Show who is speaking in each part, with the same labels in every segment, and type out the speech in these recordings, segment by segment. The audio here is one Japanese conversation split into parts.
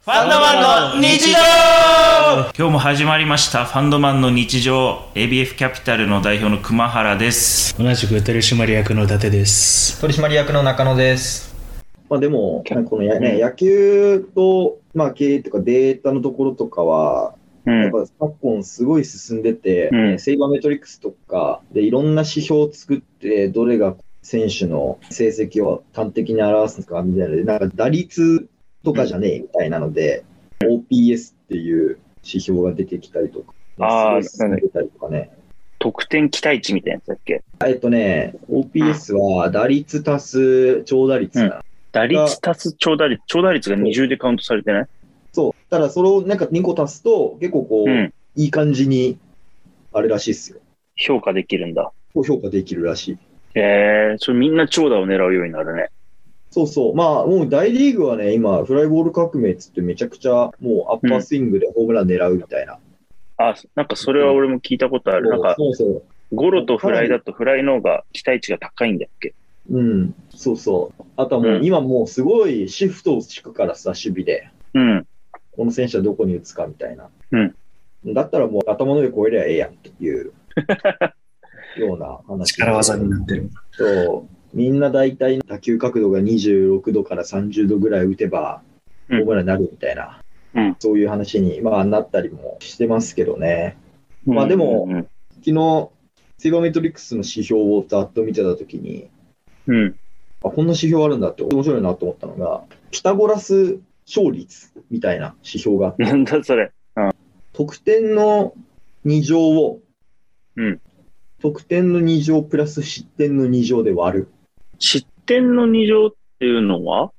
Speaker 1: ファンドマンの日常
Speaker 2: 今日も始まりましたファンドマンの日常 ABF キャピタルの代表の熊原です
Speaker 3: 同じく取締役の伊達です。
Speaker 1: 取締役の中野です。
Speaker 4: まあでも、なんかこのや、ね、野球と、まあ、経営とかデータのところとかは、
Speaker 2: う
Speaker 4: やっぱ昨今すごい進んでて、
Speaker 2: うん
Speaker 4: セイバーメトリックスとかでいろんな指標を作って、どれが選手の成績を端的に表すのかみたいなので、なんか打率とかじゃねえみたいなので、OPS っていう指標が出てきたりとか、
Speaker 5: あー
Speaker 4: すごい進んでたりとかね。
Speaker 5: 得点期待値みたいなやつだっけ
Speaker 4: えっとね、OPS は打率足す長打率かな。
Speaker 5: うん打率足す長打率、長打率が20でカウントされてない
Speaker 4: そう。ただ、それをなんか2個足すと、結構こう、
Speaker 5: うん。
Speaker 4: いい感じに、あれらしいっすよ。
Speaker 5: 評価できるんだ。
Speaker 4: 評価できるらしい。
Speaker 5: へえ、それみんな長打を狙うようになるね。
Speaker 4: そうそう。まあ、もう大リーグはね、今、フライボール革命っつってめちゃくちゃ、もうアッパースイングでホームラン狙うみたいな。
Speaker 5: あ、なんかそれは俺も聞いたことある。なんか、
Speaker 4: そうそう。
Speaker 5: ゴロとフライだとフライの方が期待値が高いんだっけ
Speaker 4: うん。そうそう。あとはもう、
Speaker 5: うん
Speaker 4: 今もうすごいシフトを敷くからさ、守備で。
Speaker 5: うん。
Speaker 4: この選手はどこに打つかみたいな。
Speaker 5: うん
Speaker 4: だったらもう頭の上超えりゃええやんっていう ような話。
Speaker 3: 力技になってる。
Speaker 4: そう。みんな大体打球角度が26度から30度ぐらい打てば、ホ
Speaker 5: うん
Speaker 4: ームランになるみたいな、
Speaker 5: うん
Speaker 4: そういう話に、まあ、なったりもしてますけどね。まあでも
Speaker 5: うん。
Speaker 4: 昨日、セイバーメトリックスの指標をざっと見てたときに、
Speaker 5: うん。
Speaker 4: あ、こんな指標あるんだって面白いなと思ったのが、ピタゴラス勝率みたいな指標があって、
Speaker 5: なんだそれ。
Speaker 4: 得点の2乗を、
Speaker 5: うん
Speaker 4: 得点の2乗プラス失点の2乗で割る。
Speaker 5: 失点の2乗っていうのは、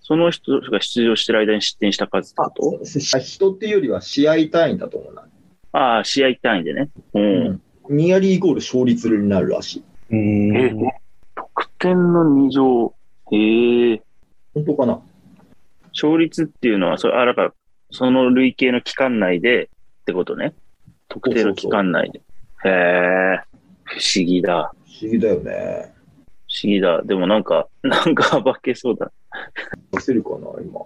Speaker 5: その人が出場してる間に失点した数ってこと
Speaker 4: 人っていうよりは試合単位だと思うな。
Speaker 5: ああ、試合単位でね。うん
Speaker 4: ニアリーイコール勝率になるらしい。
Speaker 3: う
Speaker 5: え
Speaker 3: ん。
Speaker 5: 得点の2乗。へえ。
Speaker 4: 本当かな
Speaker 5: 勝率っていうのは、それあ、だから、その類型の期間内でってことね。特定の期間内で。へえ。不思議だ。
Speaker 4: 不思議だよね。
Speaker 5: 不思議だ。でもなんか、なんか化けそうだ。
Speaker 4: 出せるかな今。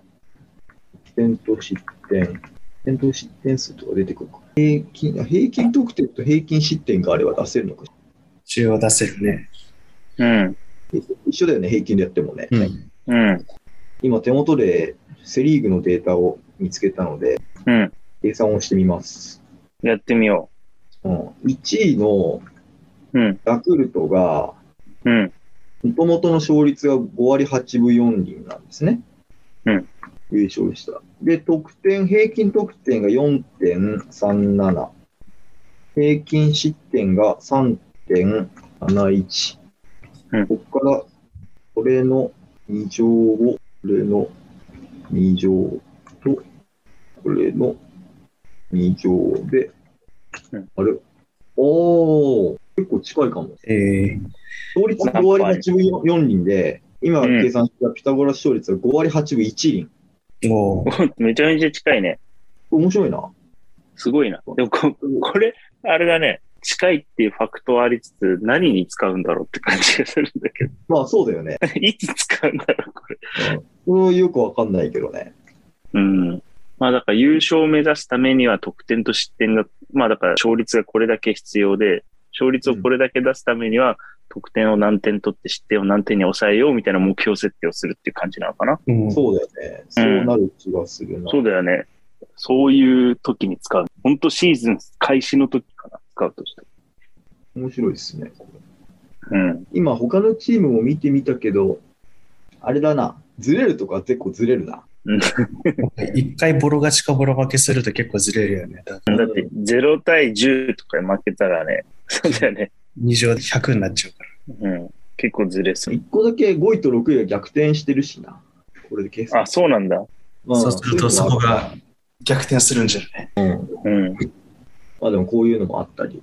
Speaker 4: 点と失点。点と失点数とか出てくるか。平均、あ平均得点と平均失点があれば出せるのか。
Speaker 3: 中央出せるね。
Speaker 5: うん。
Speaker 4: 一緒だよね、平均でやってもね。
Speaker 3: うん。
Speaker 5: うん。
Speaker 4: 今手元でセリーグのデータを見つけたので、
Speaker 5: うん。
Speaker 4: 計算をしてみます。
Speaker 5: やってみよ
Speaker 4: うん、1位の
Speaker 5: う。うん。
Speaker 4: ヤクルトが、
Speaker 5: うん。
Speaker 4: 元々の勝率が5割8分4厘なんですね。
Speaker 5: うん。
Speaker 4: 優勝でした。で、得点、平均得点が4.37。平均失点が3.71。
Speaker 5: うん
Speaker 4: ここから、これの2乗を、これの2乗と、これの2乗で、
Speaker 5: うん
Speaker 4: あれおー、結構近いかも。
Speaker 3: えー、
Speaker 4: 勝率5割8分4厘で、今
Speaker 5: うん
Speaker 4: 計算したピタゴラス勝率は5割8分1厘。
Speaker 3: おー
Speaker 5: めちゃめちゃ近いね。
Speaker 4: 面白いな。
Speaker 5: すごいな。でもこ、これ、あれだね。近いっていうファクトはありつつ、何に使うんだろうって感じがするんだけど。
Speaker 4: まあそうだよね。
Speaker 5: いつ使うんだろう、これ。
Speaker 4: それはよくわかんないけどね。
Speaker 5: うん。まあだから優勝を目指すためには得点と失点が、まあだから勝率がこれだけ必要で、勝率をこれだけ出すためには得点を何点取って失点を何点に抑えようみたいな目標設定をするっていう感じなのか な。
Speaker 3: うん、
Speaker 4: そうだよね。そうなる気がするな。
Speaker 5: そうだよね。そういう時に使う。本当シーズン開始の時かな、使うとして。
Speaker 4: 面白いですね。これ
Speaker 5: うん。
Speaker 4: 今他のチームも見てみたけど、あれだな。ずれるとか結構ずれるな。
Speaker 3: 一回ボロ勝ちかボロ負けすると結構ずれるよね。
Speaker 5: だって0対10とかで負けたらね、そうだよね。
Speaker 3: 2乗で100になっちゃうから。
Speaker 5: うん。結構ずれそう。
Speaker 4: 1個だけ5位と6位が逆転してるしな。これで計算。
Speaker 5: あ、そうなんだ。
Speaker 4: ん
Speaker 3: そうするとそこ。が逆転するんじゃない
Speaker 5: うん。
Speaker 4: まあでもこういうのもあったり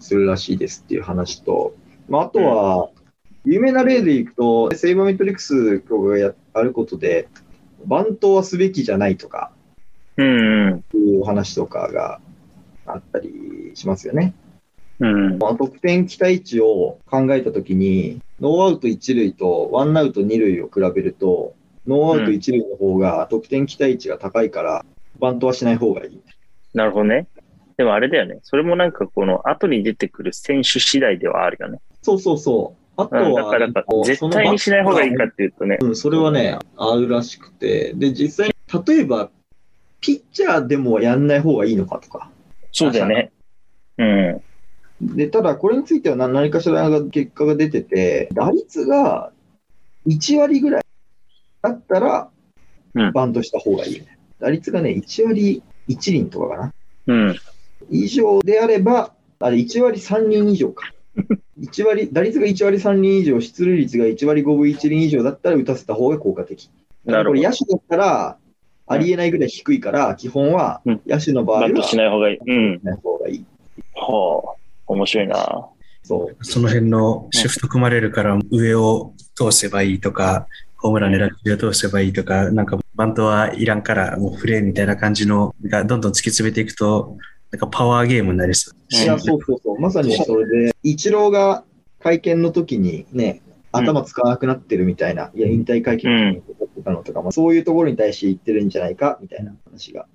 Speaker 4: するらしいですっていう話と、まああとは、有名な例でいくと、セイバーメトリックスがやあることで、バントはすべきじゃないとか、
Speaker 5: うんうん。
Speaker 4: いうお話とかがあったりしますよね。
Speaker 5: うん。
Speaker 4: まあ、得点期待値を考えたときに、ノーアウト1塁とワンアウト2塁を比べると、ノーアウト一塁の方が得点期待値が高いから、バントはしない方がいい。
Speaker 5: なるほどね。でもあれだよね。それもなんかこの後に出てくる選手次第ではあるよね。
Speaker 4: そうそうそう。あと
Speaker 5: うん、だ
Speaker 4: は、
Speaker 5: から、だから絶対にしない方がいいかっていうとね。
Speaker 4: うん、それはね、あるらしくて、で、実際に、例えば、ピッチャーでもやんない方がいいのかとか。
Speaker 5: そうだよね。うん。
Speaker 4: で、ただ、これについては何何かしらが結果が出てて、打率が1割ぐらいだったら
Speaker 5: うん、
Speaker 4: バントした方がいい、ね打率がね、1割1厘とかかな。
Speaker 5: うん。
Speaker 4: 以上であれば、あれ、1割3厘以上か。1割、打率が1割3厘以上、出塁率が1割5分1厘以上だったら打たせた方が効果的。
Speaker 5: なる
Speaker 4: こ
Speaker 5: ほ
Speaker 4: れ
Speaker 5: ど。
Speaker 4: 野手だったら、ありえないぐらい低いから、基本は
Speaker 5: うん
Speaker 4: 野手の場合
Speaker 5: バ
Speaker 4: は
Speaker 5: ットしない方がいい。うん。
Speaker 4: ない方がいい。
Speaker 5: はあ。面白いな。
Speaker 4: そう。
Speaker 3: その辺のシフト組まれるから上を通せばいいとか、ホームラン狙って上を通せばいいとか、なんかバントはいらんからもうフレーみたいな感じのがどんどん突き詰めていくと、なんかパワーゲームになりそう。
Speaker 4: いや、そうそうそう。まさにそれで、イチローが会見の時にね、頭使わなくなってるみたいな、いや、引退会見の時に怒ってたのとか、まあ、そういうところに対して言ってるんじゃないか、みたいな話が。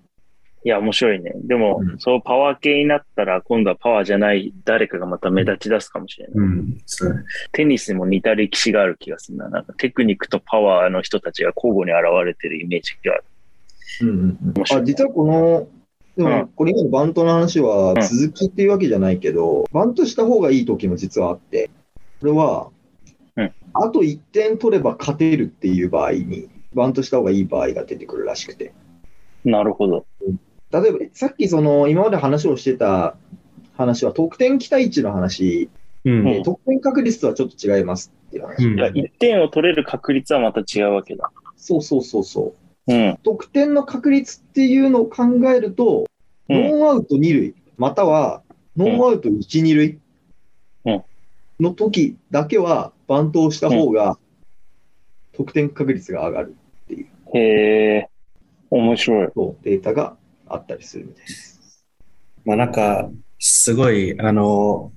Speaker 5: いや、面白いね。でも、
Speaker 4: うん
Speaker 5: そうパワー系になったら、今度はパワーじゃない誰かがまた目立ち出すかもしれない。
Speaker 3: うん、そう
Speaker 5: テニスにも似た歴史がある気がするな。なんかテクニックとパワーの人たちが交互に現れてるイメージがある。
Speaker 4: うんうんうん、あ実はこの、
Speaker 5: う
Speaker 4: でも
Speaker 5: ん
Speaker 4: これ今のバントの話
Speaker 5: う
Speaker 4: は
Speaker 5: ん
Speaker 4: 続きっていうわけじゃないけど、バントした方がいい時も実はあって、これは、
Speaker 5: うん
Speaker 4: あと1点取れば勝てるっていう場合に、バントした方がいい場合が出てくるらしくて。
Speaker 5: なるほど。
Speaker 4: 例えば、さっきその今まで話をしてた話は得点期待値の話
Speaker 3: うん、
Speaker 5: う
Speaker 4: で、
Speaker 5: ん
Speaker 4: 得点確率とはちょっと違いますっていう話。
Speaker 3: う
Speaker 5: い
Speaker 3: ん
Speaker 5: や、1点を取れる確率はまた違うわけだ。
Speaker 4: そうそうそうそう。
Speaker 5: うん。
Speaker 4: 得点の確率っていうのを考えると、
Speaker 5: うん。
Speaker 4: ノーアウト二塁、またはノーアウト一、二塁
Speaker 5: うん
Speaker 4: の時だけは、バントをした方が、得点確率が上がる
Speaker 5: へえ、面白い。
Speaker 4: とデータがあったりするみたいです。
Speaker 3: まあなんか、すごい、あの、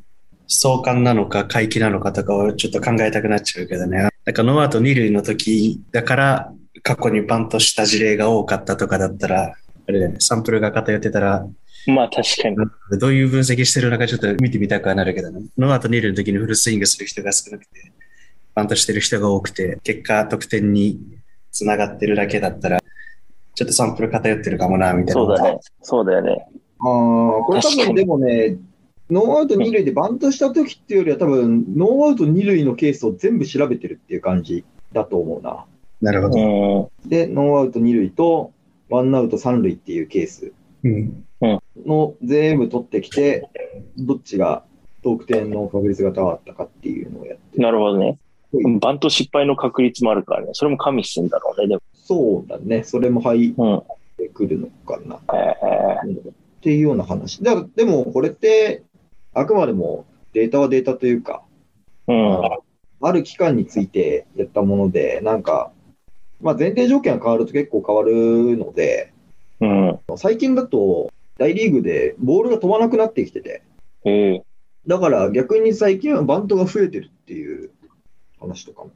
Speaker 3: 相関なのか回帰なのかとかをちょっと考えたくなっちゃうけどね。なんかノーアウト二塁の時だから過去にバントした事例が多かったとかだったら、あれだよね、サンプルが偏ってたら、
Speaker 5: まあ確かに。
Speaker 3: どういう分析してるのかちょっと見てみたくはなるけどね。ノーアウト二塁の時にフルスイングする人が少なくて、バントしてる人が多くて、結果得点につながってるだけだったら、ちょっとサンプル偏ってるかもな、みたいな。
Speaker 5: そうだね。そうだよね。
Speaker 4: あーこれ多
Speaker 5: 確か
Speaker 4: 分
Speaker 5: に
Speaker 4: でもね、ノーアウト二塁でバントした時っていうよりは、多分ノーアウト二塁のケースを全部調べてるっていう感じだと思うな。
Speaker 3: なるほ
Speaker 5: う
Speaker 3: ど。
Speaker 5: ん。
Speaker 4: で、ノーアウト二塁と、ワンアウト三塁っていうケース。
Speaker 3: うん。
Speaker 4: の全部取ってきて、どっちが得点の確率が高かったかっていうのをやってる。
Speaker 5: なるほどね
Speaker 4: う。
Speaker 5: バント失敗の確率もあるからね。それも加味してんだろうね。で
Speaker 4: そうだね。それも入っ
Speaker 5: も。
Speaker 4: てくるのかな。
Speaker 5: うん。ええ
Speaker 4: っていうような話。だからでも、これって、あくまでもデータはデータというか、
Speaker 5: うん。
Speaker 4: ある期間についてやったもので、なんか、まあ、前提条件が変わると結構変わるので、
Speaker 5: うん。
Speaker 4: 最近だと大リーグでボールが飛ばなくなってきてて、
Speaker 5: ええ
Speaker 4: だから逆に最近はバントが増えてるっていう話とかも。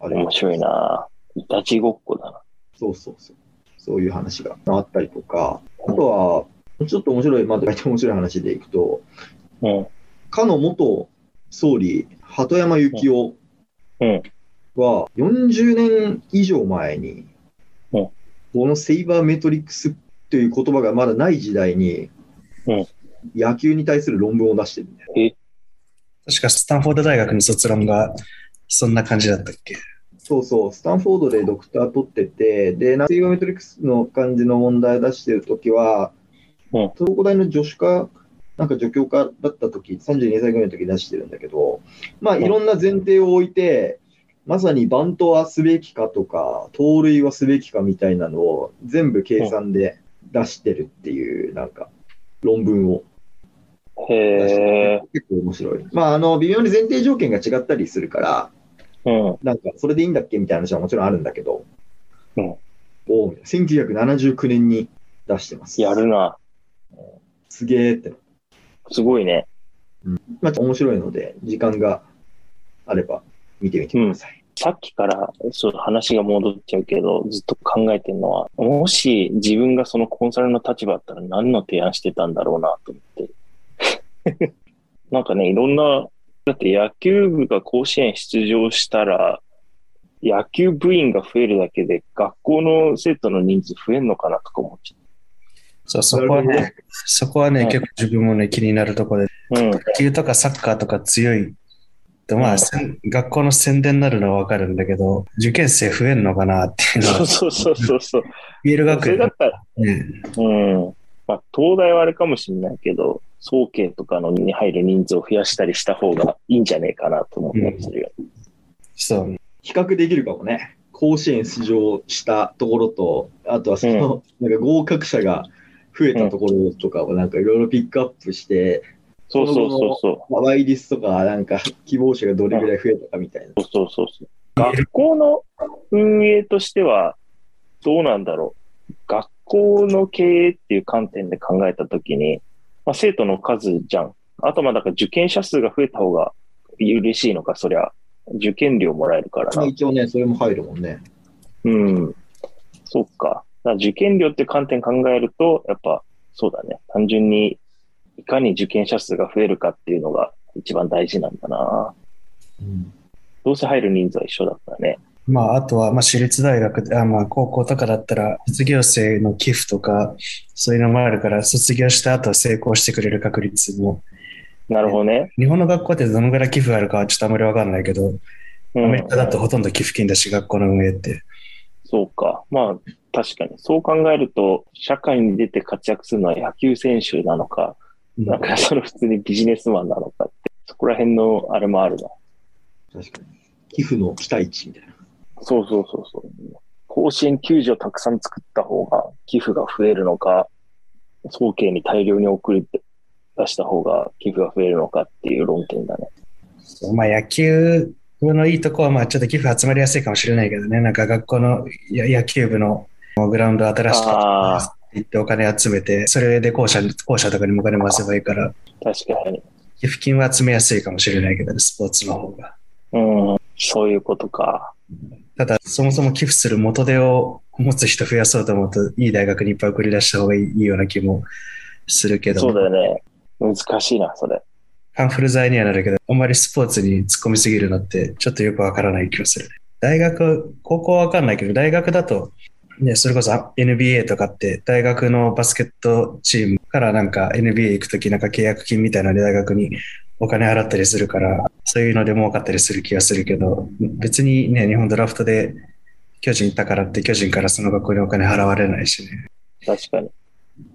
Speaker 4: あれ
Speaker 5: 面白いな。いたちごっこだな。
Speaker 4: そうそうそう。そういう話があったりとか、あとは、ちょっと面白い、まだ大体面白い話でいくと、
Speaker 5: うん。
Speaker 4: かの元総理、鳩山幸夫
Speaker 5: うん
Speaker 4: は、40年以上前に、
Speaker 5: うん
Speaker 4: このセイバーメトリックスという言葉がまだない時代に
Speaker 5: うん、
Speaker 4: 野球に対する論文を出してるんだよ。
Speaker 3: 確かスタンフォード大学の卒論がそんな感じだったっけ
Speaker 4: そうそう、スタンフォードでドクター取ってて、で、ナセイバーメトリックスの感じの問題出してるときは、
Speaker 5: うん
Speaker 4: 東工大の助手か、なんか助教家だったとき、32歳ぐらいのとき出してるんだけど、まあ、
Speaker 5: うん
Speaker 4: いろんな前提を置いて、まさにバントはすべきかとか、盗塁はすべきかみたいなのを全部計算で出してるっていう、なんか、論文を
Speaker 5: へ
Speaker 4: 出して
Speaker 5: え
Speaker 4: て。、結構面白い。まあ、あの、微妙に前提条件が違ったりするから、
Speaker 5: うん。
Speaker 4: なんか、それでいいんだっけみたいな話はもちろんあるんだけど、
Speaker 5: うん
Speaker 4: おう1979年に出してます。
Speaker 5: やるな。
Speaker 4: すげーって。
Speaker 5: すごいね。
Speaker 4: まあ、面白いので、時間があれば見てみてください。
Speaker 5: さっきから、そう、話が戻っちゃうけど、ずっと考えてるのは、もし自分がそのコンサルの立場だったら何の提案してたんだろうなと思って。 なんかね、いろんな、だって野球部が甲子園出場したら、野球部員が増えるだけで学校の生徒の人数増えるのかなとか思っち
Speaker 3: そう、そこは
Speaker 4: なる
Speaker 3: ね、そこはね、
Speaker 5: はい
Speaker 3: 結構自分もね、気に なるところで、
Speaker 5: ゃう。うん。
Speaker 3: 野球とかサッカーとか強い。でま
Speaker 5: う
Speaker 3: あ、
Speaker 5: ん
Speaker 3: せん学校の宣伝になるのはわかるんだけど、受験生増えるのかなっていうの
Speaker 5: そう
Speaker 3: は、
Speaker 5: そうそうそう そう。
Speaker 3: ビール
Speaker 5: そ
Speaker 3: 学
Speaker 5: れだっ
Speaker 3: 園、
Speaker 5: たら、
Speaker 3: うん、
Speaker 5: うん。まあ、東大はあれかもしれないけど、総計とかのに入る人数を増やしたりした方がいいんじゃねえかなと思ったりするよ。
Speaker 3: そうね、
Speaker 4: 比較できるかもね。甲子園出場したところと、あとはその、なんか合格者が増えたところとかをなんかいろいろピックアップして、
Speaker 5: そうそうそうそ
Speaker 4: まあワイリスとかなんか希望者がどれぐらい増えたかみたいな。
Speaker 5: う。そうそうそうそう。学校の運営としては、どうなんだろう。学校の経営っていう観点で考えたときに、まあ、生徒の数じゃん。あとまあだから受験者数が増えた方が嬉しいのか、そりゃ。受験料もらえるからな。
Speaker 4: 一応ね、それも入るもんね。
Speaker 5: うん。そっか。だから受験料っていう観点考えると、やっぱそうだね。単純にいかに受験者数が増えるかっていうのが一番大事なんだな。どうせ入る人数は一緒だったね。
Speaker 3: まあ、あとは、まあ、私立大学で、あまあ、高校とかだったら、卒業生の寄付とか、そういうのもあるから、卒業した後は成功してくれる確率も、
Speaker 5: なるほどね。
Speaker 3: 日本の学校ってどのぐらい寄付があるかはちょっとあまりわかんないけど、
Speaker 5: う
Speaker 3: アメリ
Speaker 5: ん
Speaker 3: カ。だとほとんど寄付金だし、学校の運営って。
Speaker 5: そうか。まあ確かに。そう考えると、社会に出て活躍するのは野球選手なのか、
Speaker 3: うん
Speaker 5: なんかその普通にビジネスマンなのかって、そこら辺のあれもあるな。
Speaker 4: 確かに。寄付の期待値みたいな。
Speaker 5: そうそうそうそう。甲子園球児をたくさん作った方が寄付が増えるのか、総計に大量に送り出した方が寄付が増えるのかっていう論点だね。
Speaker 3: まあ、野球部のいいとこは、まあ、ちょっと寄付集まりやすいかもしれないけどね、なんか学校のや野球部のグラウンド新しく
Speaker 5: ああ
Speaker 3: 行ってお金集めて、それで校舎に校舎とかにもお金回せばいいから、
Speaker 5: 確かに。
Speaker 3: 寄付金は集めやすいかもしれないけどね、スポーツの方が。
Speaker 5: うん、そういうことか。
Speaker 3: ただ、そもそも寄付する元手を持つ人増やそうと思うと、いい大学にいっぱい送り出した方がいいいいような気もするけど、
Speaker 5: そうだよね。難しいな、それ。
Speaker 3: カンフル剤にはなるけど、あんまりスポーツに突っ込みすぎるのって、ちょっとよくわからない気がする。大学、高校はわかんないけど、大学だと、ね、それこそあ NBA とかって、大学のバスケットチームからなんか NBA 行くときなんか契約金みたいなので大学にお金払ったりするから、そういうので儲かったりする気がするけど、別にね、日本ドラフトで巨人行ったからって巨人からその学校にお金払われないしね。
Speaker 5: 確かに。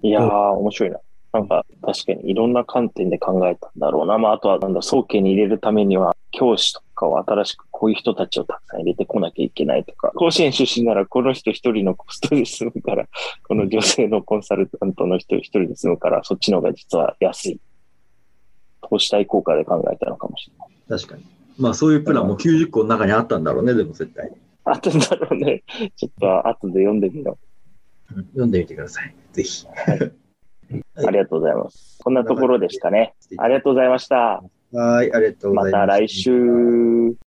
Speaker 5: いやー、面白いな。なんか、確かにいろんな観点で考えたんだろうな。まあ、あとは、なんだ、総計に入れるためには、教師とかを新しくこういう人たちをたくさん入れてこなきゃいけないとか、甲子園出身ならこの人一人のコストで済むから、この女性のコンサルタントの人一人で済むから、そっちの方が実は安い。投資対効果で考えたのかもしれない。
Speaker 4: 確かに。まあそういうプランも90個の中にあったんだろうね、でも絶対。
Speaker 5: あとだろうね。ちょっと後で読んでみよ
Speaker 4: うん読んでみてください。ぜひ。
Speaker 5: う。ありがとうございます。こんなところでしたね。ありがとうございました。
Speaker 4: はい、ありがとうご
Speaker 5: ま
Speaker 4: ざいます。
Speaker 5: た来週。